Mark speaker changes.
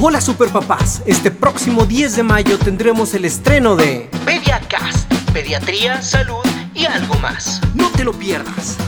Speaker 1: Hola Superpapás, este próximo 10 de mayo tendremos el estreno de
Speaker 2: Pediatcast, pediatría, salud y algo más.
Speaker 1: No te lo pierdas.